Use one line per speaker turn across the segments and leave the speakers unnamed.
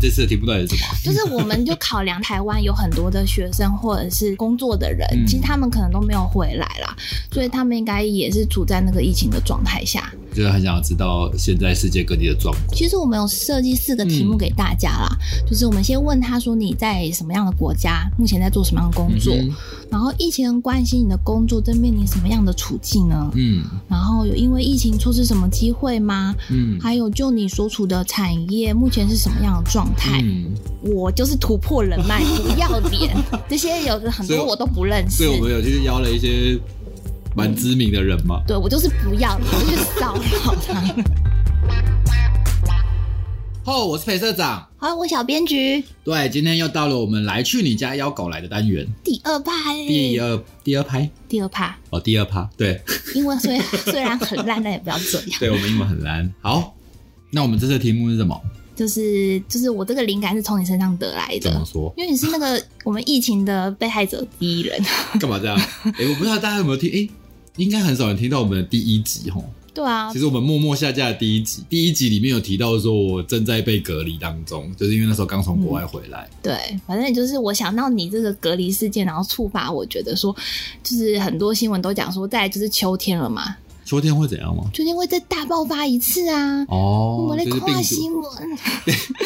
这次的题目到底是什么？
就是我们就考量台湾有很多的学生或者是工作的人，
嗯
其实他们可能都没有回来啦，所以他们应该也是处在那个疫情的状态下。
就是很想要知道现在世界各地的状况。
其实我们有设计四个题目给大家啦，就是我们先问他说你在什么样的国家，目前在做什么样的工作，
嗯
然后疫情关系你的工作正面临什么样的处境呢？
嗯
然后有因为疫情错失什么机会吗？
嗯
还有就你所处的产业目前是什么样的状态？
嗯，
我就是突破人脉，不要脸，这些有很
所以
多我都不认识
所以。我们有去邀了一些蛮知名的人嘛。
对我就是不要脸，我就去骚扰他们。
哦，我是裴社长。
好，我小编局
对，今天又到了我们来去你家邀狗来的单元，
第二趴耶，
第啊二第二拍
第二趴，
哦，第二趴。对
英文虽虽然 很烂，但也不要这样。
对，我们英文很烂。 好，那我们这次的题目是什么？
就是就是我这个灵感是从你身上得来
怎么
的，
说？
因为你是那个我们疫情的被害者第一人。
干嘛这样？哎、我不知道大家有没有听？哎、应该很少人听到我们的第一集吼。
对啊
其，实我们默默下架的第一集，第一集里面有提到说我正在被隔离当中，就是因为那时候刚从国外回来。
对，反正就是我想到你这个隔离事件，然后触发我觉得说，就是很多新闻都讲说，再来就是秋天了嘛，
秋天会怎样吗？
秋天会再大爆发一次啊。我
哦，
们
就
在
是
跨
病毒
新闻，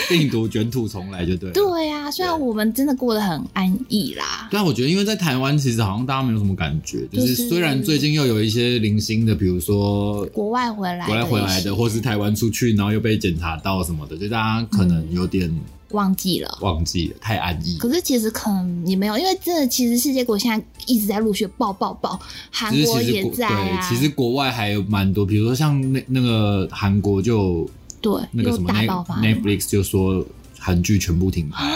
病毒卷土重来就对了。
嗯对啊，虽然我们真的过得很安逸啦，
但我觉得，因为在台湾，其实好像大家没有什么感觉，就
就是是
虽然最近又有一些零星的，比如说
国外回来的
国外回来
一些
的，或是台湾出去然后又被检查到什么的，就大家可
嗯
能有点
忘记了。
忘记了，太安逸了。
可是其实可能也没有，因为真的，其实世界国现在一直在陆续爆爆爆，韩
其实
国
其实
也
国
在啊，
对，其实国外还有蛮多，比如说像那那个韩国就
对
那个
又
什么
大
Net-
爆发。
Netflix 就说韩剧全部停拍，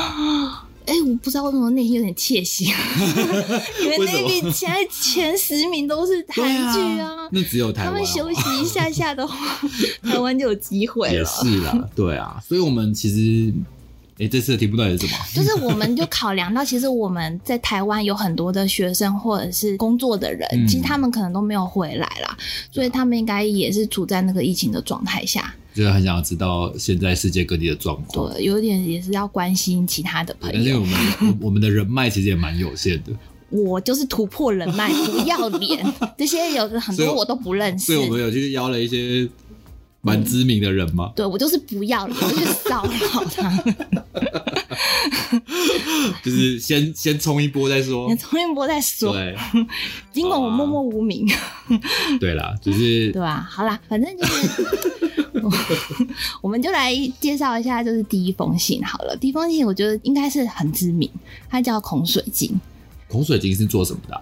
哎、我不知道为什么内心有点窃喜，啊 因为
为什么
那个现在前十名都是韩剧
对
啊，
那只有台
他
湾
们
好
休
不好
息一下下的话， 台湾就有机会
也
了。
是啦，对啊，所以我们其实，哎、这次的题目到底是什么？
就是我们就考量到，其实我们在台湾有很多的学生或者是工作的人，
嗯
其实他们可能都没有回来啦，所以他们应该也是处在那个疫情的状态下，
就是很想要知道现在世界各地的状况。
对，有点也是要关心其他的
对
朋
但是
友。
我们我我们的人脉其实也蛮有限 的，
我就是突破人脉，不要脸，这些有很
所以
多
我
我都不认识
所以。我们有去邀了一些蛮知名的人嘛。
对我就是不要脸，我就去骚扰他
哦
们。
就是先先冲一波再说
你。从一波再说，
对哦
尽管我默默无名。
对啦，就是
对吧？好啦，反正就是， 我我们就来介绍一下，就是第一封信好了。第一封信我觉得应该是很知名，它叫孔水晶。
口水晶是做什么的啊、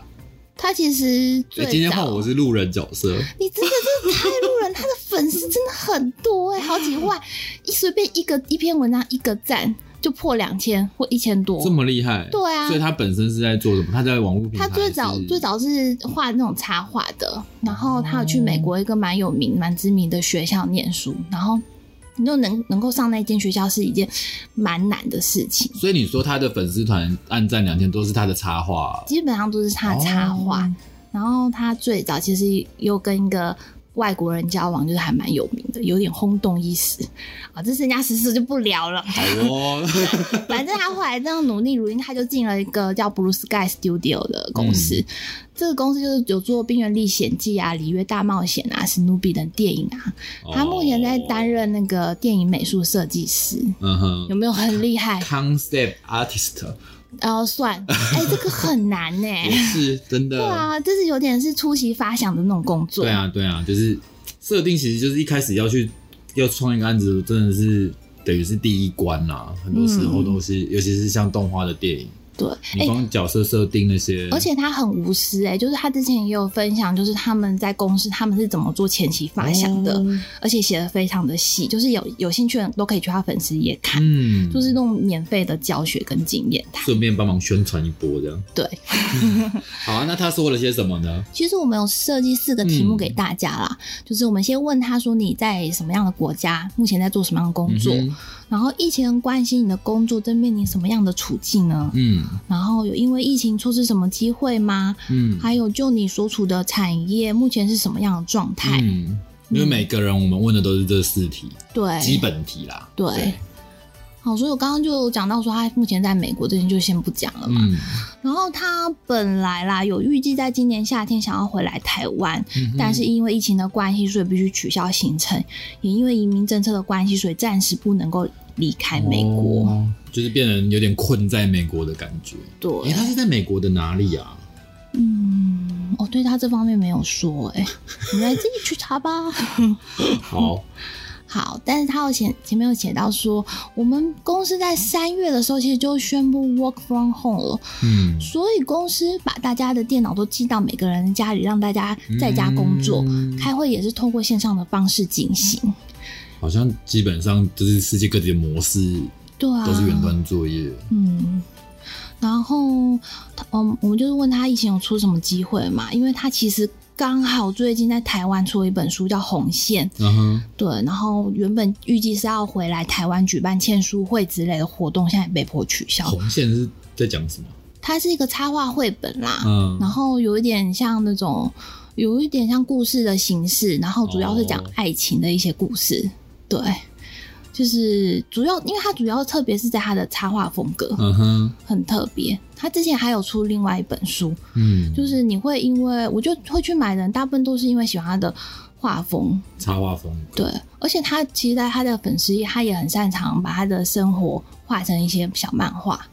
它其实
所以
最早，
哎今天换我是路人角色，
你真的是太路人，他的粉丝真的很多哎、好几万，一随便一个一篇文章一个赞就破两千或一千多
这。么厉害？
对啊
所以他本身是在做什么？他在网络平台是，
他最早最早是画那种插画的，然后他有去
哦
美国一个蛮有名、蛮知名的学校念书，然后你就能能够上那间学校是一件蛮难的事情，
所以你说他的粉丝团按赞两千多是他的插 画，
基本上都是他插画。
哦
然后他最早其实又跟一个外国人交往，就是还蛮有名的，有点轰动一时啊。这身家私事就不聊了，
好哦，
反正他后来这样努力如因，他就进了一个叫 Blue Sky Studio 的公司。
嗯
这个公司就是有做《冰原历险记》啊、《里约大冒险》啊、《史努比》等电影啊。
哦
他目前在担任那个电影美术设计师，
嗯哼
有没有很厉害？
concept artist
呃，算，哎、这个很难呢、
也 是真的，
哎对啊，这是有点是出席发想的那种工作。
对，啊，对啊，就是设定其实就是一开始要去要创一个案子，真的是等于是第一关啦，很多时候都是，尤其是像动画的电影，
对，嗯哎、
你光角色设定那些，
而且他很无私哎、就是他之前也有分享，就是他们在公司他们是怎么做前期发想的，
哦
而且写的非常的细，就是有有兴趣的人都可以去他粉丝页看，
嗯，
就是那种免费的教学跟经验 谈。
顺便帮忙宣传一波这样。
对，
好啊，那他说了些什么呢？
其实我们有设计四个题
嗯
目给大家啦，就是我们先问他说你在什么样的国家，目前在做什么样的工作，
嗯哼
然后疫情关心你的工作正面临什么样的处境呢？
嗯
然后有因为疫情错失什么机会吗？
嗯，
还有就你所处的产业目前是什么样的状态？
嗯嗯，因为每个人我们问的都是这四题
对，
基本题啦。
对。好，所以我刚刚就讲到说他目前在美国这边就先不讲了嘛。
嗯
然后他本来啦有预计在今年夏天想要回来台湾，
嗯哼，
但是因为疫情的关系，所以必须取消行程，也因为移民政策的关系，所以暂时不能够离开美国。
哦就是变成有点困在美国的感觉。哎、
对，
他是在美国的哪里 啊？
嗯，哦，对他这方面没有说、哎，你来自己去查吧。
好，
好，但是他有前前面有写到说，我们公司在三月的时候其实就宣布 work from home 了，
嗯，
所以公司把大家的电脑都寄到每个人家里，让大家在家工作，
嗯
开会也是通过线上的方式进行。
好像基本上就是世界各地的模式
对啊，
都是远端作业。
嗯，然后他，嗯，我们就是问他以前有出什么机会嘛，因为他其实刚好最近在台湾出了一本书叫《红线》，
嗯哼，
对，然后原本预计是要回来台湾举办签书会之类的活动，现在也被迫取消。
红线是在讲什么？
它是一个插画绘本啦，
嗯
啊然后有一点像那种，有一点像故事的形式，然后主要是讲
哦
爱情的一些故事，对，就是主要因为它主要特别是在它的插画风格
嗯哼，
很特别，它之前还有出另外一本书，
嗯，
就是你会因为我就会去买的人，大部分都是因为喜欢它的画风，
插画风格。
对，而且他其实在他的粉丝页，他也很擅长把他的生活画成一些小漫画。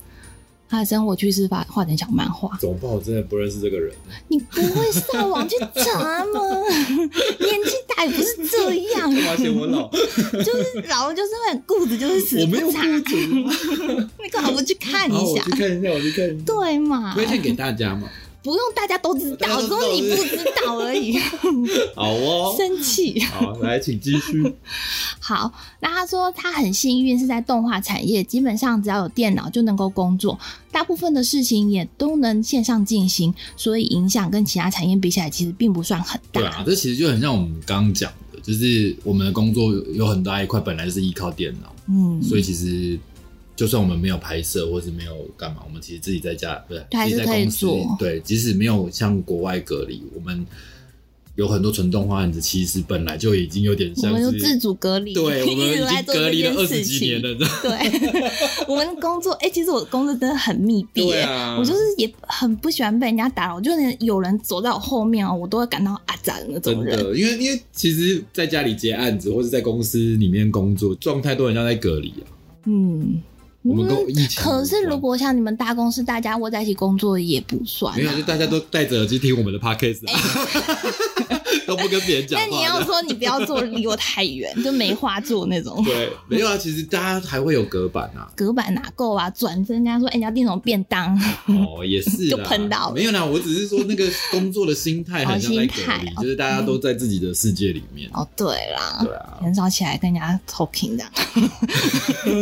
他的生活趣事把画成小漫画，
走吧，我真的不认识这个人。
你不会上网去查吗？ 年纪大也不是这样，啊
我 老，
就是老了就是会很固执，就是死
我没有
不
固
查，
执。
你干嘛不去看
好，
一
我
下
去？看一下，我去看一下。
对啊嘛？
推荐给大家嘛。
不用大家都知
大家
道，
都知道
说你不知道而已，
好哦，
生气。
好，来，请继 续。
好，那他说他很幸运是在动画产业，基本上只要有电脑就能够工作，大部分的事情也都能线上进行，所以影响跟其他产业比起来，其实并不算很大。
对啊，这其实就很像我们刚刚讲的，就是我们的工作有很大一块本来是依靠电脑，
嗯，
所以其实就算我们没有拍摄或是没有干嘛，我们其实自己在家，不是，
还
自
是
己在
可以
公司
做，
对，即使没有像国外隔离，我们有很多纯动画案子，其实本来就已经有点
我
像，
们就是自主隔离，
对，我
一
们已
直都在
经
做
隔
这
离
件
了二
事
十几年了，
情。
这样
对，我们工作，哎、其实我的工作真的很密闭、
对
耶
啊，
我就是也很不喜欢被人家打扰，就连有人走在我后面哦，我都会感到阿杂的那种
真
人。
的，因为因为其实在家里接案子或者在公司里面工作，状态都很像在隔离啊。
嗯，
我们
嗯
跟疫情无关，
可是如果像你们大公司大家窝在一起工作也不算、
没有，就
啊。
大家都戴着耳机听我们的 podcast，、啊 都不跟别人讲
哎
话。
那你要说你不要坐离我太远，就没话做那种。
对，没有啊，其实大家还会有隔板啊。
隔板哪够啊？转身跟他说：“哎、你要订什么便当
哦，也是啦
嗯就喷到了
没有啦，我只是说那个工作的心态很像在
哦心态
隔离，
哦。
就是大家都在自己的世界里面？”
哦，对啦，
对啊，
很少起来跟人家 talking 这样。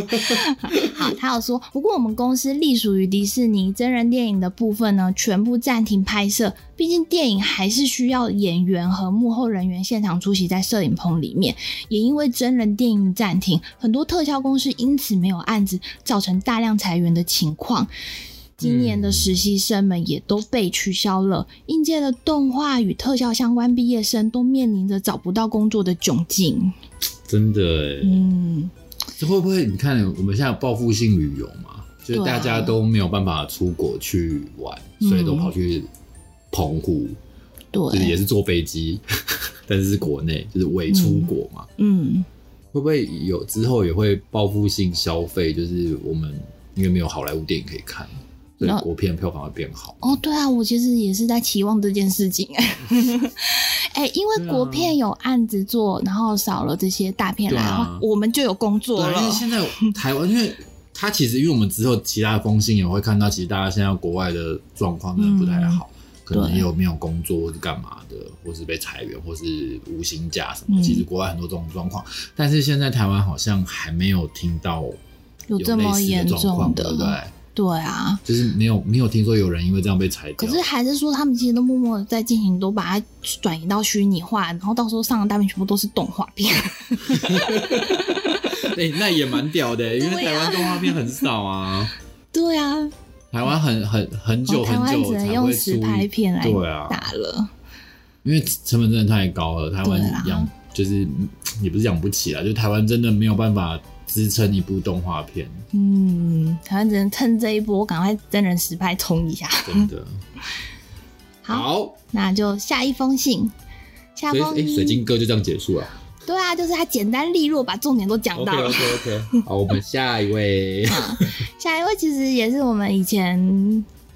好，他有说，不过我们公司隶属于迪士尼真人电影的部分呢，全部暂停拍摄，毕竟电影还是需要演员和幕后人员现场出席在摄影棚里面。也因为真人电影暂停，很多特效公司因此没有案子，造成大量裁员的情况。今年的实习生们也都被取消了，应届的动画与特效相关毕业生都面临着找不到工作的窘境。
真的哎，
嗯，
这会不会你看我们现在有报复性旅游嘛？就是
对啊嗯
大家都没有办法出国去玩，所以都跑去澎湖，就是也
对，
是坐飞机， 但是是国内，就是伪出国嘛。
嗯，
会不会有之后也会报复性消费？就是我们因为没有好莱坞电影可以看，所以
那
国片票房会变好。
哦，对啊，我其实也是在期望这件事情、哎， 哎、因为
啊
国片有案子做，然后少了这些大片来的话，
对啊
我们就有工
对
作
啊，因为
了。
现在台湾，因为它其实因为我们之后其他的风信也会看到，其实大家现在国外的状况真的不
嗯
太好，可能也有没有工作或是干嘛的，或是被裁员，或是无薪假什么。
嗯
其实国外很多这种状况，但是现在台湾好像还没有听到
有这么
类似
严
的状况
重的
对不对？
对啊，
就是没有没有听说有人因为这样被裁
可
掉。
是还是说他们其实都默默的在进行，都把它转移到虚拟化，然后到时候上的大片全部都是动画片。
哎、那也蛮屌的、因为
对啊
台湾动画片很少啊，
对啊，
台湾很很很久
哦台
很
湾
久
只
才
能
会
用实
出
拍片来
对啊，
打了。
因为成本真的太高了，台湾
对啊
养就是嗯也不是养不起啦，就是台湾真的没有办法支撑一部动画片，
嗯，可能只能趁这一波赶快真人实拍冲一下。
真的。
好，那就下一封信。下
所以
封
诶，水晶哥就这样结束了。
对啊，就是他简单利落把重点都讲
OK
到了。
OK OK，好，我们下一位。
下一位其实也是我们以前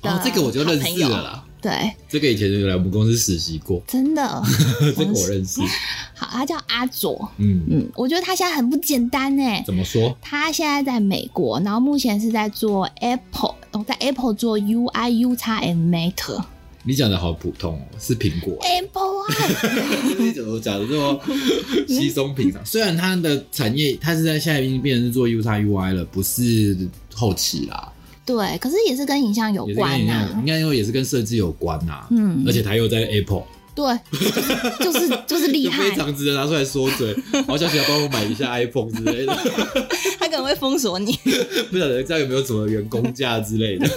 的
哦，这个我就认
好朋
识
友
了啦。
对，
这个以前就来我们公司实习过，
真的
这个我认
哦
识。
好，他叫阿佐。
嗯，
嗯，我觉得他现在很不简单哎。
怎么说？
他现在在美国，然后目前是在做 Apple，哦、在 Apple 做 UI U x Animator。
你讲的好普通哦，是苹果。
Apple 啊，
哎你怎么讲的这么稀松平常？虽然它的产业，它是在现在已经变成是做 U x UI 了，不是后期啦，
对，可是也是跟影像有
也是
关
跟影像，
啊
应。该说也是跟设计有关呐。
嗯
而且它又在 Apple，
对，就是就是就是 厉
就
害，
非常值得拿出来说嘴。好想请他帮我买一下 iPhone 之类的，
他可能会封锁你。
不晓得这样有没有什么员工价之类的。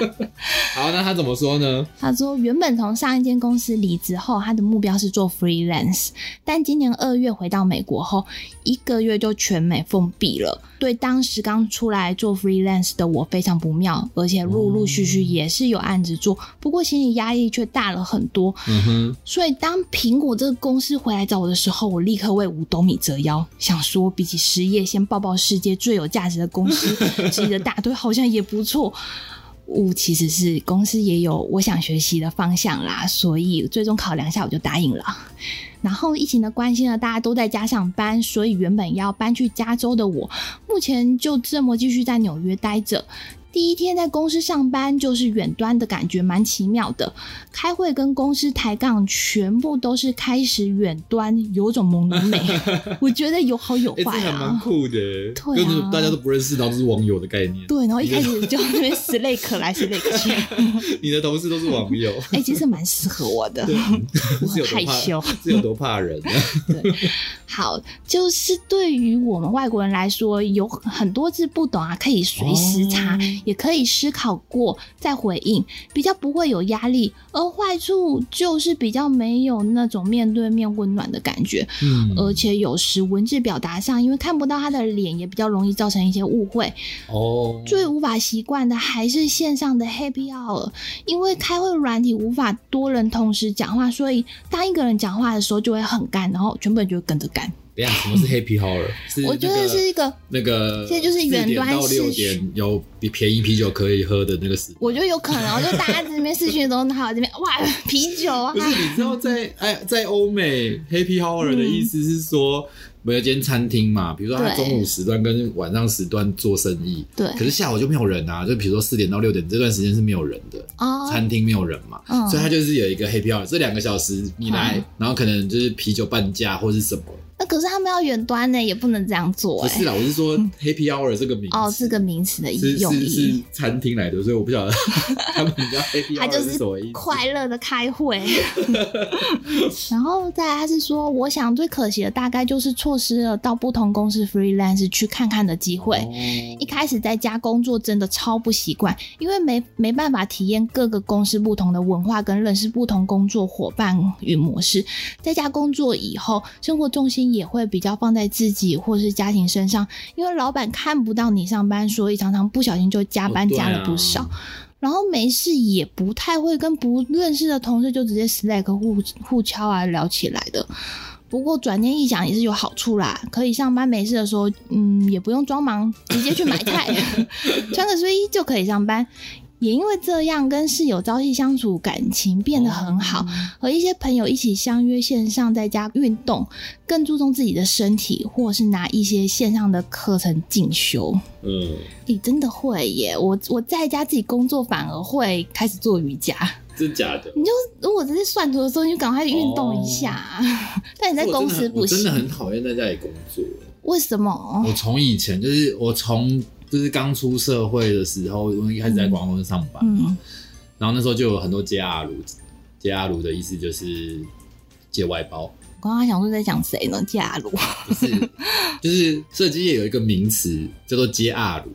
好，那他怎么说呢？
他说，原本从上一间公司离职后，他的目标是做 freelance，但今年二月回到美国后，一个月就全美封闭了。对当时刚出来做 freelance 的我非常不妙，而且陆陆续续也是有案子做，不过心理压力却大了很多。
嗯哼，
所以当苹果这个公司回来找我的时候，我立刻为五斗米折腰，想说比起失业，先抱抱世界最有价值的公司之一的大腿，好像也不错。五其实是公司也有我想学习的方向啦，所以最终考量下我就答应了。然后疫情的关系呢，大家都在家上班，所以原本要搬去加州的我，目前就这么继续在纽约待着。第一天在公司上班，就是远端的感觉，蛮奇妙的。开会跟公司抬杠，全部都是开始远端，有种朦胧 美。我觉得有好有
哎、这
坏
还蛮
啊。
酷的，欸
啊
就是大家都不认识，然后都是网友的概念。
对，然后一开始就那边 Slack 来 Slack 去，
你的同事都是网友，
哎、其实蛮适合我的。 我
是有
很
多怕
害羞，
是有多怕人、 啊？
好，就是对于我们外国人来说，有很多字不懂啊，可以随时查，
哦
也可以思考过再回应，比较不会有压力。而坏处就是比较没有那种面对面温暖的感觉，
嗯
而且有时文字表达上，因为看不到他的脸，也比较容易造成一些误会。
哦，
最无法习惯的还是线上的 Happy Hour，因为开会软体无法多人同时讲话，所以当一个人讲话的时候就会很干，然后全部人就会跟着干。
等一下什么是 Happy Hour？是
我觉得
那个
是一个
那个，
这就是远端
到六
视讯
点有比便宜啤酒可以喝的那个时。
我觉得有可能，哦我就大家这边视讯的时候，还有这边哇啤酒啊
不，是，你知道
嗯
在哎，在欧美 Happy Hour 的意思是说，没有一间餐厅嘛，比如说它
对
中午时段跟晚上时段做生意，
对
可是下午就没有人啊，就比如说四点到六点这段时间是没有人的，
哦，
餐厅没有人嘛，
嗯
所以它就是有一个 Happy Hour，这两个小时你来，
嗯
然后可能就是啤酒半价或是什么，
那可是他们要远端呢，也不能这样做
不是
哎。
啦，我是说 Happy Hour 这个名字
哦，这个名词的
是
用
是
意
是，餐厅来的，所以我不 晓得他们家 Happy
它
Hour
就是是
什么意思。
快乐的开会。 然后再来，他是说，我想最可惜的大概就是错失了到不同公司 freelance 去看看的机
哦
会。一开始在家工作真的超不习惯，因为没没办法体验各个公司不同的文化，跟认识不同工作伙伴与模式。在家工作以后，生活重心也会比较放在自己或是家庭身上，因为老板看不到你上班，所以常常不小心就加班
哦对啊
加了不少。然后没事也不太会跟不认识的同事就直接 Slack 互互敲啊聊起来的。不过转念一想也是有好处啦，可以上班没事的时候，嗯，也不用装忙，直接去买菜， 穿个睡衣就可以上班。也因为这样，跟室友朝夕相处，感情变得很好。和一些朋友一起相约线上在家运动，更注重自己的身体，或是拿一些线上的课程进修。
嗯，
你真的会耶！我我在家自己工作反而会开始做瑜伽。
真假的？
你就如果只是算图的时候，你就赶快运动一下啊。但你在公司不
哦我真的
行，哦
很讨厌在家里工作。
为什么？
我从以前就是我从就是刚出社会的时候，我一开始在广告公司上班，
嗯
然后那时候就有很多接阿卢，接阿卢的意思就是借外包，
我刚刚想说在讲谁呢？假如
不 是，就是设计业有一个名词叫做接阿卢，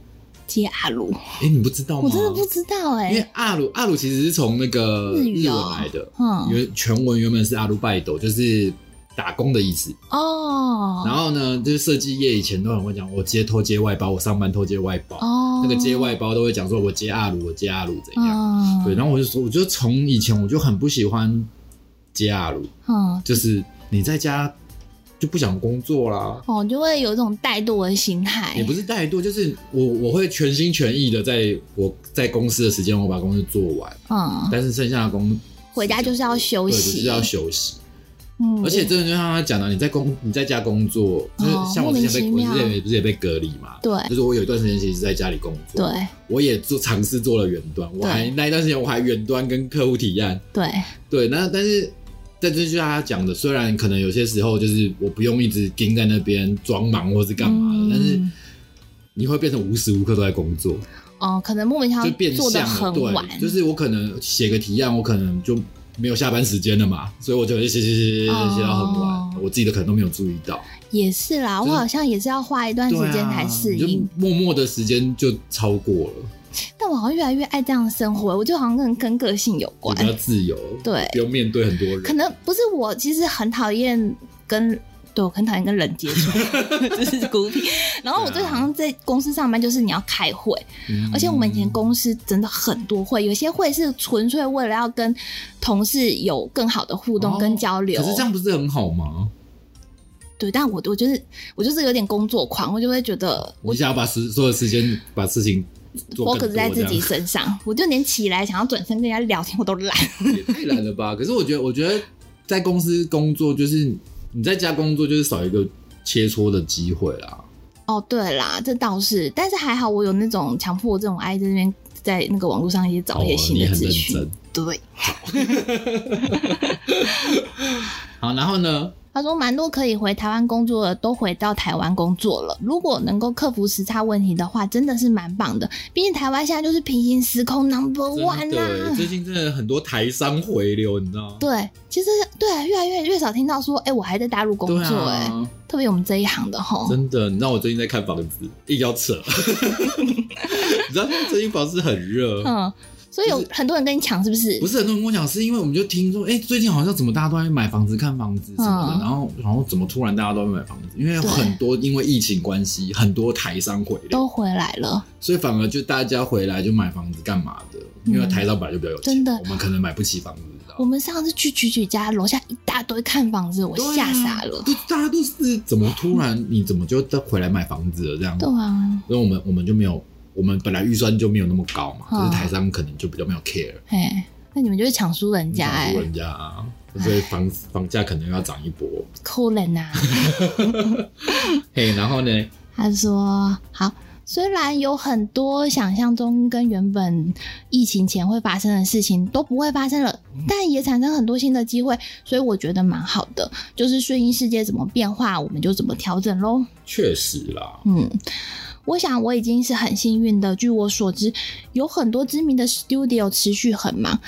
假如，
哎、你不知道吗？
我真的不知道哎、
因为阿鲁阿鲁其实是从那个
日语
日
哦
文来的，
嗯
原全文原本是阿鲁拜斗，就是打工的意思。
哦，
然后呢，就是设计业以前都很会讲，我接偷接外包，我上班偷接外包，
哦，
那个接外包都会讲说我接阿鲁，我接阿鲁怎样。
嗯，
对，然后我就说，我就从以前我就很不喜欢接阿鲁，
嗯，
就是你在家就不想工作啦。
哦，就会有一种怠惰的心态，
也不是怠惰，就是我我会全心全意的在我在公司的时间，我把公司做完，
嗯，
但是剩下的工
回家就是要休
对，就
息，
是要休息。
嗯，
而且真的就像他讲的，你在工你在家工作，就是
哦
像我之前被
莫
我
名其妙
之前也不是也被隔离嘛，
对
就是我有一段时间其实是在家里工作，
对
我也做尝试做了远端，我
对
还那一段时间我还远端跟客户提案，
对，
对，那但是。但这就像他讲的，虽然可能有些时候就是我不用一直盯在那边装忙或是干嘛的，
嗯
但是你会变成无时无刻都在工作，
哦，可能莫名其
就
妙
变
做的
相了
很晚，
对，就是我可能写个提案，我可能就没有下班时间了嘛，所以我就写写写写写写到很晚，
哦
我自己的可能都没有注意到。
也是啦，
就是
我好像也是要花一段时
对
间才适应，
啊、你就默默的时间就超过了，
但我好像越来越爱这样的生活，我就好像跟跟个性有
你
关
比，较自由，
对
不用面对很多人。
可能不是我，其实很讨厌跟。对，我很讨厌跟人接触， 就是孤僻。然后我
对
最
啊
好像在公司上班，就是你要开会，
嗯
而且我们以前公司真的很多会，有些会是纯粹为了要跟同事有更好的互动
哦
跟交流。
可是这样不是很好吗？
对，但我我就是我就是有点工作狂，我就会觉得
我想要把时所有时间把事情做更
focus
多
在自
这
己
样
身上，我就连起来想要转身跟人家聊天我都懒。
也太懒了吧？可是我觉得，我觉得在公司工作就是你在家工作就是少一个切磋的机会啦。
哦，对啦，这倒是，但是还好我有那种强迫症，我爱在那边在那个网络上一些哦找一些新
哦你
的
很
资
认
讯。
真。
对，
好，然后呢？
他说蛮多可以回台湾工作的都回到台湾工作了，如果能够克服时差问题的话，真的是蛮棒的。毕竟台湾现在就是平行时空 number
真
one 啊
的
啦。
最近真的很多台商回流，你知道吗？
对，其实对啊，越来越越少听到说，哎、我还在大陆工
对
作、哎、
啊，
特别我们这一行的吼，
真的，你知道我最近在看房子，硬要扯。 你知道最近房子很热，
嗯，所以有很多人跟你抢，是不是？
不是很多人跟我讲，是因为我们就听说，哎、最近好像怎么大家都在买房子、看房子什么的，
嗯
然后然后怎么突然大家都在买房子？因为有
对
很多因为疫情关系，很多台商回流，
都回来了，
所以反而就大家回来就买房子干嘛的？
嗯
因为台商本来就比较有钱，
真的
我们可能买不起房子，你知道
我
吗？
们上次去曲曲家楼下一大堆看房子，我吓傻了。
对啊，就大家都是怎么突然你怎么就都回来买房子了这样？
对啊，
因为我们我们就没有，我们本来预算就没有那么高嘛，
嗯
就是台商可能就比较没有 care，
哎，那你们就是抢输人家哎、
想说人家啊，所以房房价可能要涨一波。
扣人啊呐、
嘿，然后呢？
他说：“好，虽然有很多想象中跟原本疫情前会发生的事情都不会发生了，但也产生很多新的机会，所以我觉得蛮好的。就是顺应世界怎么变化，我们就怎么调整喽。
确实 啦，
嗯。”我想我已经是很幸运的。据我所知，有很多知名的 studio 持续很忙，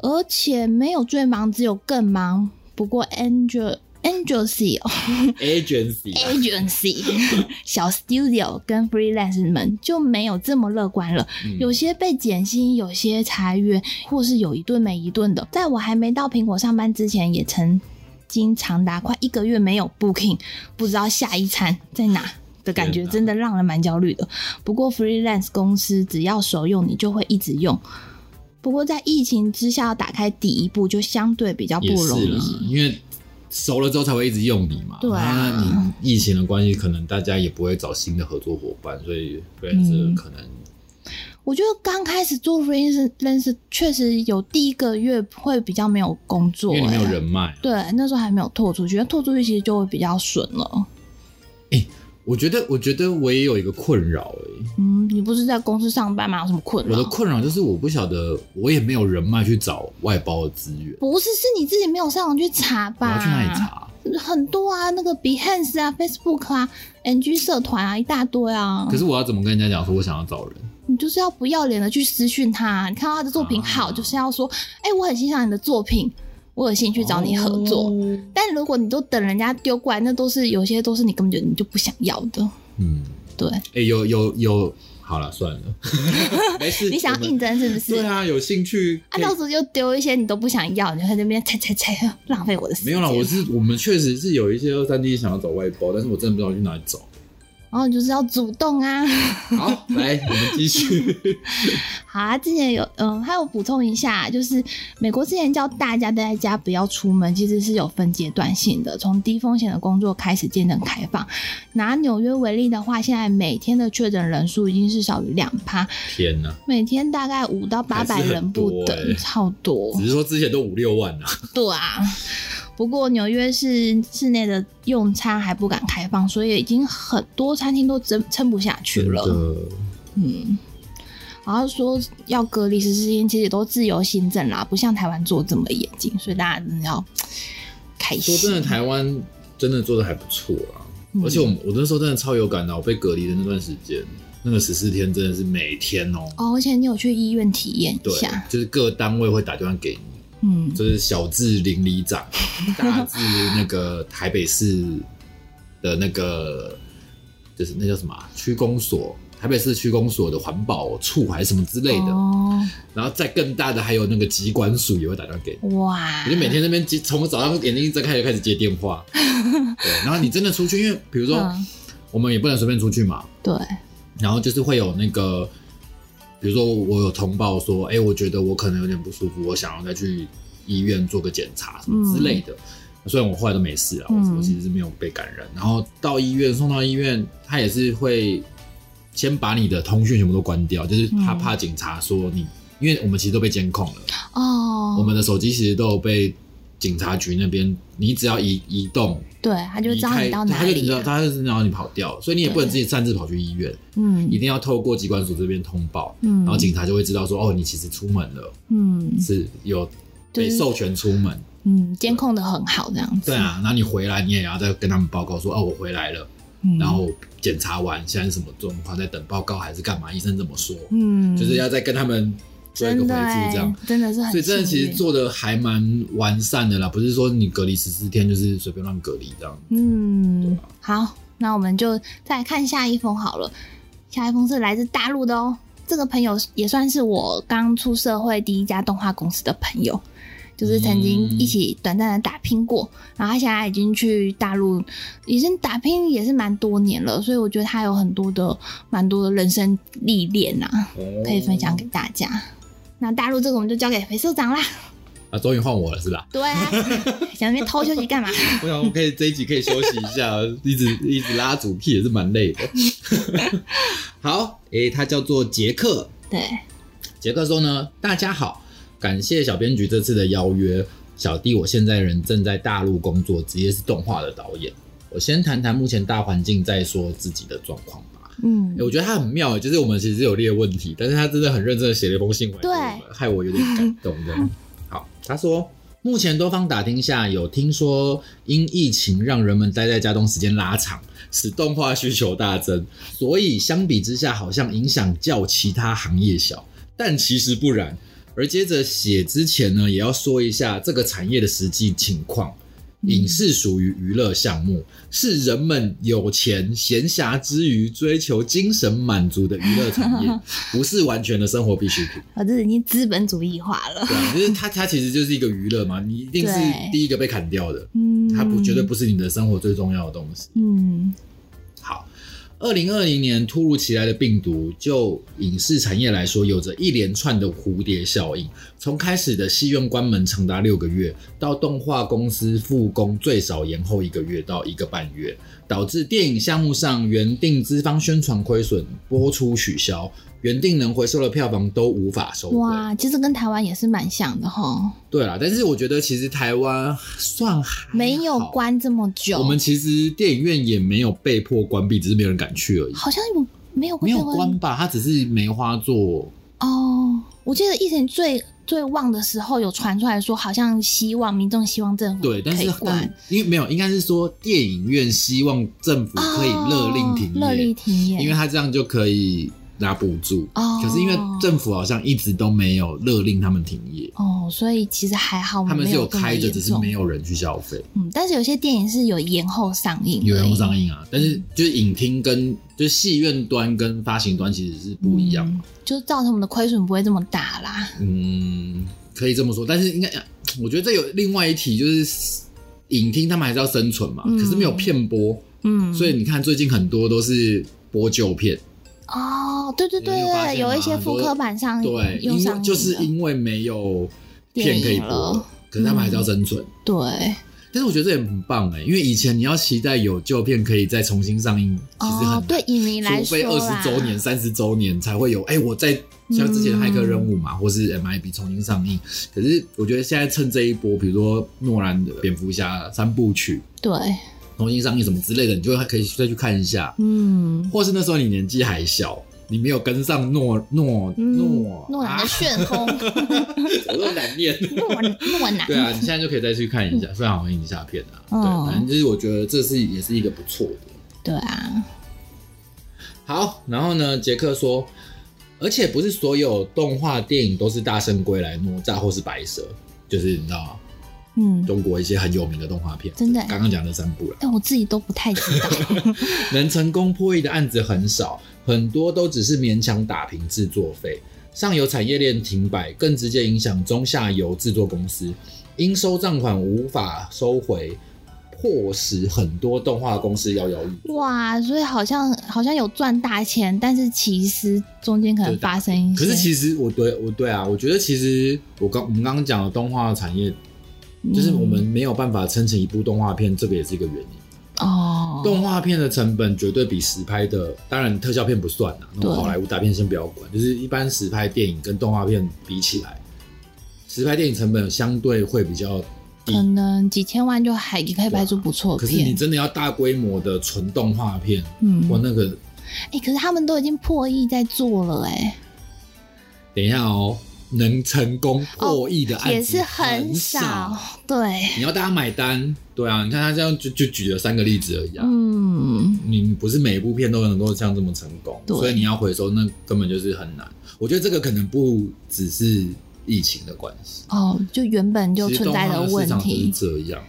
而且没有最忙，只有更忙。不过 Angel Angel C 哦
agency 啊
agency 小 studio 跟 freelance 们就没有这么乐观了，
嗯
有些被减薪，有些裁员，或是有一顿没一顿的。在我还没到苹果上班之前，也曾经长达快一个月没有 booking，不知道下一餐在哪。的感觉
天哪
真的让人蛮焦虑的。不过 freelance 公司只要熟用，你就会一直用。不过在疫情之下，要打开第一步就相对比较不
也
容
是啦，
易。
因为熟了之后才会一直用你嘛。
对啊
那你疫情的关系，可能大家也不会找新的合作伙伴，所以 freelancer
嗯
可能、
我觉得刚开始做 freelance 确实有第一个月会比较没有工作、
因为你没有
欸
人脉啊、
对，那时候还没有拓出去，拓出去其实就会比较顺了。
我觉得，我觉得我也有一个困扰诶、
嗯，你不是在公司上班吗？有什么困
我
扰？
的困扰就是我不晓得，我也没有人脉去找外包的资源，
不是，是你自己没有上网去查
我
吧？
要去哪里？查？
很多啊，那个 Behance 啊、Facebook 啊、NG 社团啊，一大堆啊。
可是我要怎么跟人家讲说我想要找人？
你就是要不要脸的去私讯他，你看到他的作品好，
啊
就是要说，哎、我很欣赏你的作品，我有兴趣找你合作。
哦
但如果你都等人家丢过来，那都是有些都是你根本就你就不想要的。
嗯，
对，
哎、有有有好了，算了， 没事。
你想
我们
应征是不是？
对啊，有兴趣
啊，
可以
到时候就丢一些你都不想要，你就在那边 猜猜猜，浪费我的时
没有
间。
啦，我是我们确实是有一些二三 D 想要找外包，但是我真的不知道去哪里找。
然后你就是要主动啊。
好，来我们继续。
好啊，之前有嗯，还有补充一下，就是美国之前叫大家待在家不要出门，其实是有分阶段性的，从低风险的工作开始渐渐开放。拿纽约为例的话，现在每天的确诊人数已经是少于两趴，
天哪，
每天大概五到八百
还是很
人不
多
等，
欸
超多
只。是说之前都五六万啊，
对啊，不过纽约市室内的用餐还不敢开放，所以已经很多餐厅都撑撑不下去了。
真的
嗯，然后说要隔离十四天，其实也都自由行政啦，不像台湾做这么严谨，所以大家真的要开
说
心。
真的，台湾真的做的还不错啊啦。
嗯
而且我我那时候真的超有感的，我被隔离的那段时间，那个十四天真的是每天哦、
哦，而且你有去医院体验一
对
下，，
就是各单位会打电话给你，
嗯，
就是小至邻里 长，大至那个台北市的那个，就是那叫什么啊区公所，台北市区公所的环保处还是什么之类的，
哦，
然后再更大的还有那个疾管署也会打电话给你。
哇，
你就每天那边接，从早上眼睛一睁开就开始接电 话，对，然后你真的出去，因为比如说、
嗯
我们也不能随便出去嘛，
对，
然后就是会有那个，比如说我有通报说，哎、我觉得我可能有点不舒服，我想要再去医院做个检查什么之类的。虽然我后来都没事啊，
嗯
我我其实是没有被感染。然后到医院送到医院，他也是会先把你的通讯全部都关掉，就是他
嗯
怕警察说你，因为我们其实都被监控了，
哦，
我们的手机其实都有被警察局那边，你只要移移动，
对，他就
离
知道
开
你
他
到哪
就知
里
道
啊，
他就知道你跑掉，所以你也不能
对
自己擅自跑去医院。
嗯
一定要透过机关署这边通报，
嗯，
然后警察就会知道说，哦，你其实出门了，
嗯
是有被授权出门，
嗯监控的很好这样子，
对，啊，然后你回来你也要再跟他们报告说，哦，我回来了，
嗯、
然后检查完现在是什么状况，在等报告还是干嘛，医生怎么说，
嗯，
就是要再跟他们做一个回
真的
复这样
欸。真的是很
所以
幸运，
真的其实做的还蛮完善的啦，不是说你隔离十四天就是随便乱隔离这样。
嗯，好，那我们就再看下一封好了。下一封是来自大陆的哦，这个朋友也算是我刚出社会第一家动画公司的朋友，就是曾经
嗯
一起短暂的打拼过，然后他现在已经去大陆，已经打拼也是蛮多年了，所以我觉得他有很多的蛮多的人生历练呐、啊，可以分享给大家。那大陆这个我们就交给裴社长啦。
啊，终于换我了是吧？
对啊，想那边偷休息干嘛？
我啊想我可以这一集可以休息一下，一直一直拉主屁也是蛮累的。 好，诶、他叫做杰克。
对，
杰克说呢，大家好，感谢小编局这次的邀约。小弟我现在人正在大陆工作，职业是动画的导演。我先谈谈目前大环境，再说自己的状况吧。
嗯
诶，我觉得他很妙，欸就是我们其实有列问题，但是他真的很认真的写了一封信回来给我们，害我有点感动的。好，他说。目前多方打听下，有听说因疫情让人们待在家中时间拉长，使动画需求大增，所以相比之下好像影响较其他行业小，但其实不然。而接着写之前呢，也要说一下这个产业的实际情况。
嗯
影视属于娱乐项目，是人们有钱闲暇之余追求精神满足的娱乐产 业，不是完全的生活必需品。
我啊这已经资本主义化了。
对啊，就是它，它其实就是一个娱乐嘛，你一定是
对
第一个被砍掉的，
嗯，
它不绝对不是你的生活最重要的东西。
嗯
好，二零二零年突如其来的病毒，就影视产业来说，有着一连串的蝴蝶效应。从开始的戏院关门长达六个月，到动画公司复工最少延后一个月到一个半月，导致电影项目上原定资方宣传亏损、播出取消，原定能回收的票房都无法收回。
哇，其实跟台湾也是蛮像的哈，
对啦，但是我觉得其实台湾算还好
没有。关这么久，
我们其实电影院也没有被迫关闭，只是没有人敢去而已。
好像有没有
没有
这么
关吧，它只是梅花座。
哦。我记得疫情最最旺的时候，有传出来说，好像希望民众希望政府
对，但
可以
是
关，
因为没有，应该是说电影院希望政府可以勒令停
哦勒
业，
令停业，
因为他这样就可以拿补助，
哦
可是因为政府好像一直都没有勒令他们停业，
哦，所以其实还好，
他们是
有这么
开着，
严
只是
重
没有人去消费，
嗯，但是有些电影是有延后上映，
有人会上映啊。但
嗯
是就是影厅跟就是戏院端跟发行端其实是不一样，
嗯，就造成我们的亏损不会这么大啦。
嗯，可以这么说。但是应该，我觉得这有另外一题就是。影厅他们还是要生存嘛，
嗯
可是没有片播，
嗯，
所以你看最近很多都是播旧片，
哦，对对
你有发
对，
现
有一
吗
些
很
复
多
刻版上
对，
嗯又
因
上
为就是
映了
因为没有片可以播
电影了嗯
了，可是他们还是要生存。
对，
但是我觉得这也很棒哎、因为以前你要期待有旧片可以再重新上映，其实
哦
很，
对影迷来
难，除
说
非二
啦
十周年、三十周年才会有。哎、我在像之前的《骇客任务》嘛，
嗯
或是 MIB 重新上映。可是我觉得现在趁这一波，比如说诺兰的《蝙蝠侠》三部曲
对，
重新上映什么之类的，你就可以再去看一下。
嗯。
或是那时候你年纪还小，你没有跟上诺诺诺
嗯，诺兰
啊
的，旋 风，
我都难念。
诺诺兰，
对啊，你现在就可以再去看 一下，虽然好像已经下片了啊，
哦
对，反正就是我觉得这是也是一个不错的。
对啊，
好，然后呢，杰克说，而且不是所有动画电影都是《大圣归来》《哪吒》或是《白蛇》，就是你知道吗？
嗯，
中国一些很有名的动画片，
真的
刚刚讲的三部了，
但我自己都不太知道，
能成功破译的案子很少，很多都只是勉强打平制作费。上游产业链停摆，更直接影响中下游制作公司，应收账款无法收回，迫使很多动画公司摇摇欲坠。
哇，所以好像好像有赚大钱，但是其实中间可能
就是打
发生一些，
可是其实我对我对啊，我觉得其实我刚我们刚刚讲的动画产业，就是我
嗯
们没有办法撑起一部动画片，这个也是一个原因。
哦，
动画片的成本绝对比实拍的，当然特效片不算啦，那种
对
好莱坞大片先不要管，就是一般实拍电影跟动画片比起来，实拍电影成本相对会比较
可能几千万就还也可以拍出不错
啊可
的
是你
片，
真的要大规模的纯动画片，
嗯，
我那个
哎、可是他们都已经破亿在做了、哎，
等一下哦，能成功破亿的案子、
哦也是
很
少，，对，
你要大家买单，对啊，你看他这样就就举了三个例子而已啊。
嗯，
你不是每一部片都能够像这么成功，
对
所以你要回收那根本就是很难。我觉得这个可能不只是疫情的关系，
哦，就原本就
其实
存在
动画的
问
市场就是
题，
这样，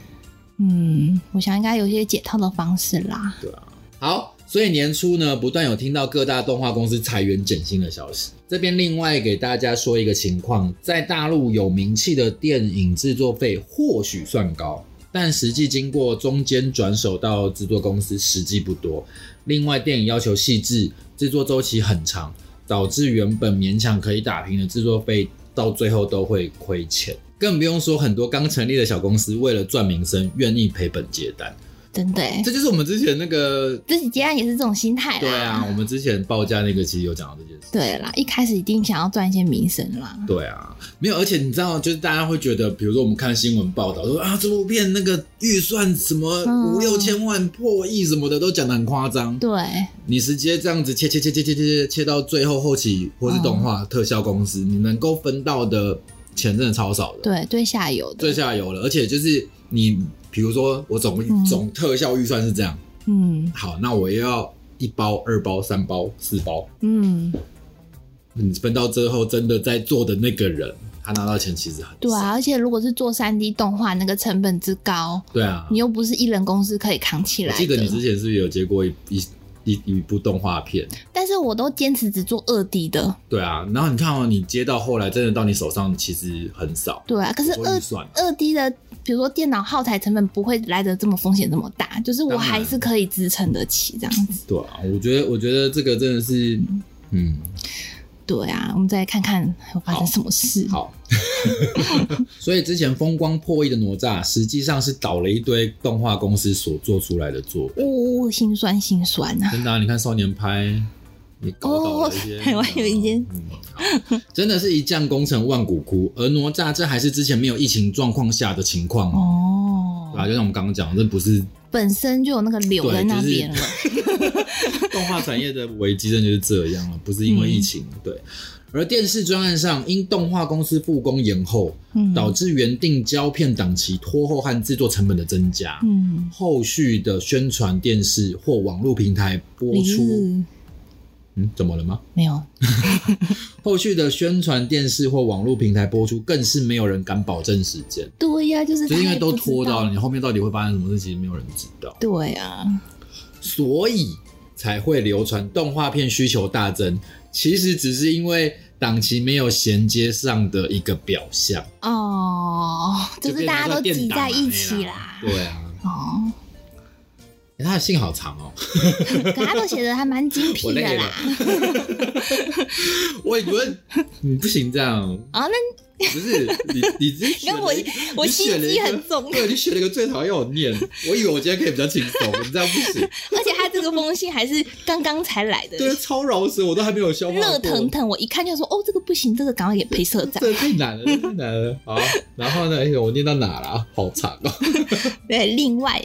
嗯，我想应该有一些解套的方式啦，
对啊。好，所以年初呢，不断有听到各大动画公司裁员减薪的消息。这边另外给大家说一个情况，在大陆有名气的电影制作费或许算高，但实际经过中间转手到制作公司实际不多。另外，电影要求细致，制作周期很长，导致原本勉强可以打平的制作费，到最后都会亏钱。更不用说很多刚成立的小公司，为了赚名声，愿意赔本接单。
真的、哎，
这就是我们之前那个，
自己接案也是这种心态啦，
对啊，我们之前报价那个其实有讲到这件事。
对啦，一开始一定想要赚一些名声啦，
对啊，没有，而且你知道，就是大家会觉得，比如说我们看新闻报道说啊，这部片那个预算什么
嗯
五六千万、破亿什么的，都讲的很夸张。
对，
你直接这样子切切切切切切切切到最后后期或是动画特效公司，你能够分到的钱真的超少的。
对，最下游的，
最下游了，而且就是你，比如说我总、
嗯
总特效预算是这样，
嗯
好，那我又要一包、二包、三包、四包，
嗯，
你嗯分到最后真的在做的那个人，他拿到钱其实很少。
对啊，而且如果是做三 D 动画，那个成本之高，
对啊，
你又不是一人公司可以扛起
我
来的。
记得你之前是不是有接过一一一一部动画片？
但是我都坚持只做二 D 的，
对啊，然后你看哦，你接到后来真的到你手上其实很少，
对啊。可是
我
二
预算。
二 D 的，比如说电脑耗材成本不会来的这么风险这么大，就是我
当然
还是可以支撑得起这样子。
对啊，我觉得我觉得这个真的是，嗯，
对啊，我们再来看看还有发生什么事。
好。 所以之前风光破亿的哪吒，实际上是倒了一堆动画公司所做出来的作品。
呜、心酸心酸啊！
真的啊、你看少年拍，也搞倒了一些。
哦台湾有一间
嗯，好真的是一将功成万骨枯。而哪吒这还是之前没有疫情状况下的情况哦。
哦
对，啊，就像我们刚刚讲，这不是
本身就有那个瘤在那边了。
动画产业的危机，真的就是这样啊了，不是因为疫情。
嗯
对，而电视专案上，因动画公司复工延后，
嗯
导致原定胶片档期拖后和制作成本的增加。
嗯，
后续的宣传电视或网络平台播
离
出
日
嗯，怎么了吗？
没有，
后续的宣传电视或网络平台播出，更是没有人敢保证时间，
对呀、就是
就是因为都
他也不知
拖到
道
了，你后面到底会发生什么事，其实没有人知道，
对啊，
所以才会流传动画片需求大增，其实只是因为档期没有衔接上的一个表象，
哦，就是
变成
大家
说
都
电
挤
档
在一
啊
起
哎
啦。
对啊，
哦，
欸他的信好长哦，
可他都写的还蛮精
我
辟的
累
啦。
我以为你不行这样。
啊，那
不是你，你只是选了一个
因为我我
你选了一
心机
个
很 重
对你选了一个最讨厌我 念，我以为我今天可以比较轻松，你这样不行，
而且他这个封信还是刚刚才来的，
对，超饶舌，我都还没有消化过，
热腾腾，我一看就说哦，这个不行，这个赶快给配社长。
这太难了，这太难了。好，然后呢？哎呦，我念到哪了啊？好长哦。
对，另外，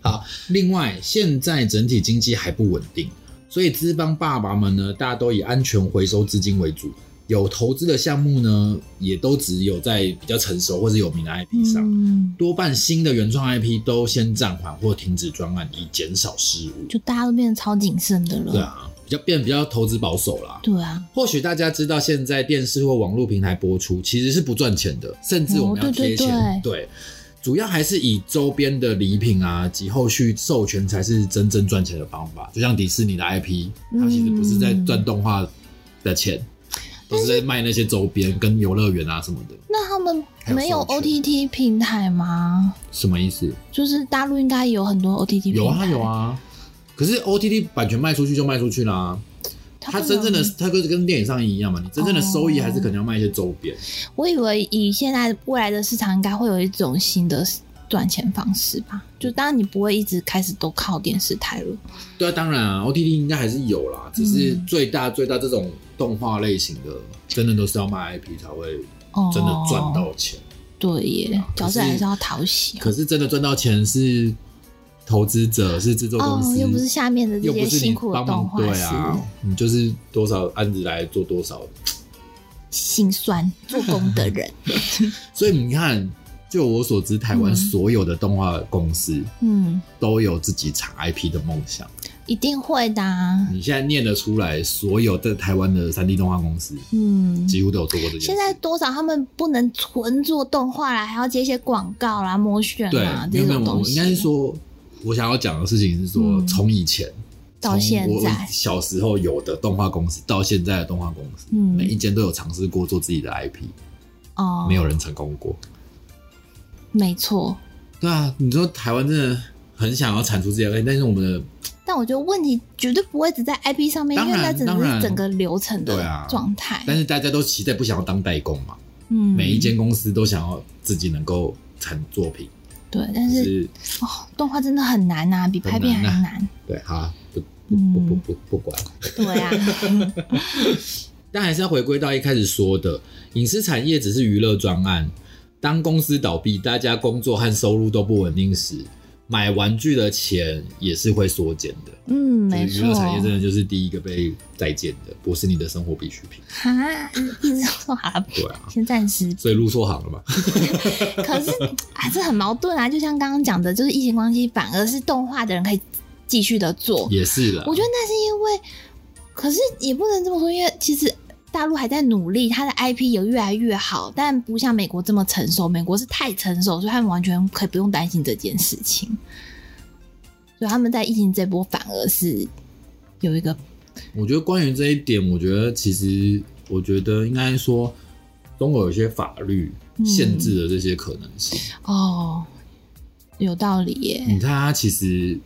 好，另外，现在整体经济还不稳定，所以资方爸爸们呢，大家都以安全回收资金为主，有投资的项目呢，也都只有在比较成熟或者有名的 IP 上。
嗯，
多半新的原创 IP 都先暂缓或停止专案，以减少失误。
就大家都变得超谨慎的了。
对啊，比较变得比较投资保守啦。
对啊，
或许大家知道，现在电视或网络平台播出其实是不赚钱的，甚至我们要
哦
贴
对对
钱。对，主要还是以周边的礼品啊及后续授权才是真正赚钱的方法。就像迪士尼的 IP，它其实不是在赚动画的钱，都是在卖那些周边跟游乐园啊什么的。
那他们
还有
没有
授权
OTT 平台吗？
什么意思？
就是大陆应该有很多 OTT 平台，
有啊有，啊，可是 OTT 版权卖出去就卖出去啦。它
不
真正的
能，
它跟跟电影上映一样嘛，你真正的收益还是可能要卖一些周边。
我以为以现在未来的市场，应该会有一种新的赚钱方式吧？就当然你不会一直开始都靠电视台了。
对啊，当然啊，OTT 应该还是有
嗯
啦，只是最大最大这种动画类型的，真的都是要卖 IP 才会
哦，
真的赚到钱。
对耶，
可
角
是
色还是要讨喜。啊
可是真的赚到钱是投资者，是制作公
哦
司，，
又不是下面的这
又
些
不是
辛
你
苦的
帮
动
忙
画
对
师，
啊，你就是多少案子来做多少
心酸做工的 人，
所以你看，就我所知，台湾
嗯
所有的动画公司
嗯，
都有自己产 IP 的梦想。
一定会的、啊，
你现在念得出来，所有在台湾的三 D 动画公司
嗯。
几乎都有做过这件事。
现在多少他们不能纯做动画啦，还要接一些广告啦、模选
对
啦，
没有
啊
没有，
这种东
我
西。
应该是说，我想要讲的事情是说，
嗯
从以前
到
从
现
我
在
小时候有的动画公司到现在的动画公司，
嗯
每一间都有尝试过做自己的 IP，
哦，
没有人成功过。
没错。
对啊，你说台湾真的很想要产出自己的 IP，但是我们的
但我觉得问题绝对不会只在 IP 上面，
当
因为
然
那只
当
能
然
是整个流程
对
的
啊
状态。
但是大家都期待不想要当代工嘛。
哎嗯，
每一间公司都想要自己能够产作品，
对，但
就是是
哦，动画真的很难呐、比拍片还
很难啊
难。
对，好啊，不
嗯
不不不不不管，
对啊，
但还是要回归到一开始说的，影视产业只是娱乐专案。当公司倒闭，大家工作和收入都不稳定时，买玩具的钱也是会缩减的。
嗯，
所以
没
娱
错。
乐产业真的就是第一个被再见的，不是你的生活必需品。
哈，一直说好了，
对啊，
先暂时。
所以路说好了嘛，
可是啊，这很矛盾啊，就像刚刚讲的，就是疫情关系，反而是动画的人可以继续的做。
也是啦。
我觉得那是因为，可是也不能这么说，因为其实大陆还在努力，它的 IP 有越来越好，但不像美国这么成熟。美国是太成熟，所以他们完全可以不用担心这件事情。所以他们在疫情这波反而是有一个
我觉得关于这一点，我觉得其实我觉得应该说，中国有些法律
嗯
限制了这些可能性。
哦，有道理耶。
你看，它嗯其实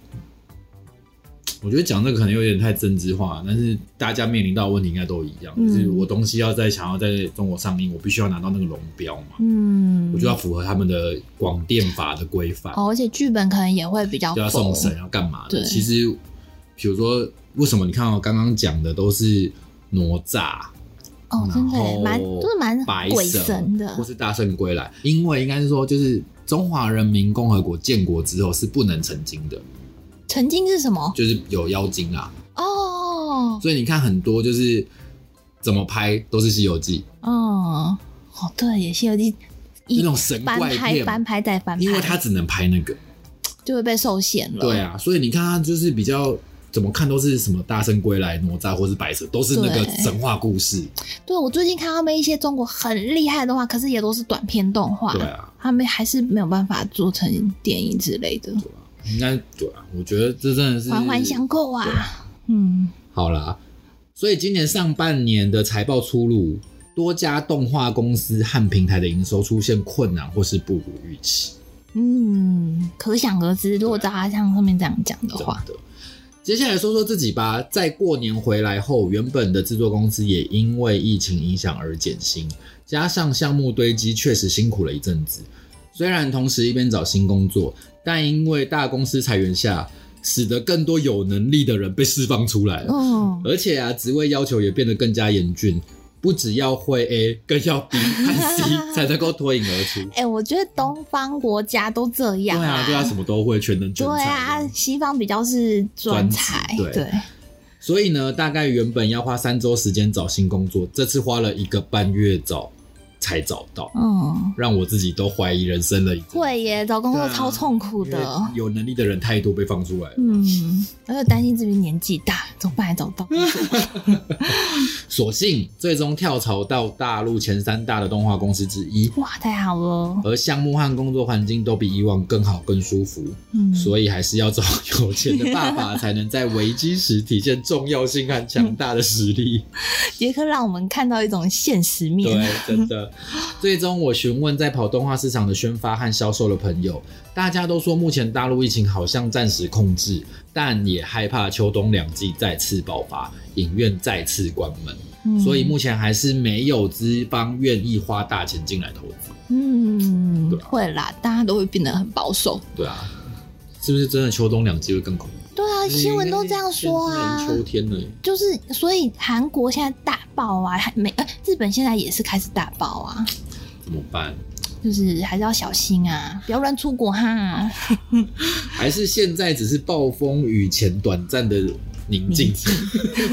我觉得讲这个可能有点太政治化，但是大家面临到的问题应该都一样，
嗯
就是我东西要在想要在中国上映，我必须要拿到那个龙标嘛，
嗯，
我就要符合他们的广电法的规范，
哦，而且剧本可能也会比较
就要
否
送审，要干嘛的。
对
其实，比如说为什么你看我刚刚讲的都是哪吒。
哦，真的耶蛮都是蛮
白
鬼神的
或是大圣归来，因为应该是说，就是中华人民共和国建国之后是不能成精的，
曾经是什么？
就是有妖精啊，
哦，
所以你看很多就是怎么拍都是《西游记
嗯，哦，对耶，《西游记》》
那
一
种神
翻
怪
拍、
片，
翻拍再翻拍，
因为它只能拍那个，啊
就会被受限了。
对，啊，所以你看它就是比较怎么看都是什么大圣归来、哪吒或是白蛇，都是那个
对
神话故事。
对我最近看他们一些中国很厉害的动画，可是也都是短片动画，
对啊，
他们还是没有办法做成电影之类的，
应该对啊，我觉得这真的是
环环相扣
对
啊。嗯，
好啦，所以今年上半年的财报出炉，多家动画公司和平台的营收出现困难或是不如预期。
嗯，可想而知，如果照
啊
他像上面这样讲的
真
话，
的。接下来说说自己吧，在过年回来后，原本的制作公司也因为疫情影响而减薪，加上项目堆积，确实辛苦了一阵子。虽然同时一边找新工作，但因为大公司裁员下，使得更多有能力的人被释放出来了。
嗯，
而且啊，职位要求也变得更加严峻，不只要会 A，更要 B 和 C 才能够脱颖而出。
哎、我觉得东方国家都这
对
样
啊，对啊，什么都会，全能全
对
才。
啊，西方比较是专才
专，职对所以呢，大概原本要花三周时间找新工作，这次花了一个半月找才找到，
嗯，
让我自己都怀疑人生了一阵。
会耶，找工作
对啊
超痛苦
因
的，
为有能力的人太多被放出来了，
嗯，而且担心这边年纪大，怎么办？还找不到工作，
所幸最终跳槽到大陆前三大的动画公司之一，
哇，太好了，
而项目和工作环境都比以往更好、更舒服。
嗯，
所以还是要找有钱的爸 爸，才能在危机时体现重要性和强大的实力。
杰克让我们看到一种现实面，
对，真 的。最终，我询问在跑动画市场的宣发和销售的朋友，大家都说目前大陆疫情好像暂时控制，但也害怕秋冬两季再次爆发，影院再次关门，
嗯
所以目前还是没有资方愿意花大钱进来投资。
嗯
对啊
会啦，大家都会变得很保守。
对啊，是不是真的秋冬两季会更恐怖？哎
对啊，新闻都这样说
现
啊
在已经。秋天了耶。
就是，所以韩国现在大爆啊，还美呃，日本现在也是开始大爆啊，
怎么办？
就是还是要小心啊，不要乱出国哈。
还是现在只是暴风雨前短暂的宁静
宁，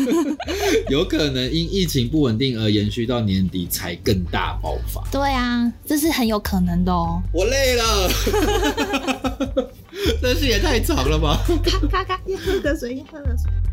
有可能因疫情不稳定而延续到年底才更大爆发。
对啊，这是很有可能的 哦。
我累 了，但是也太长了吧。
咔咔咔，喝个水，喝个水。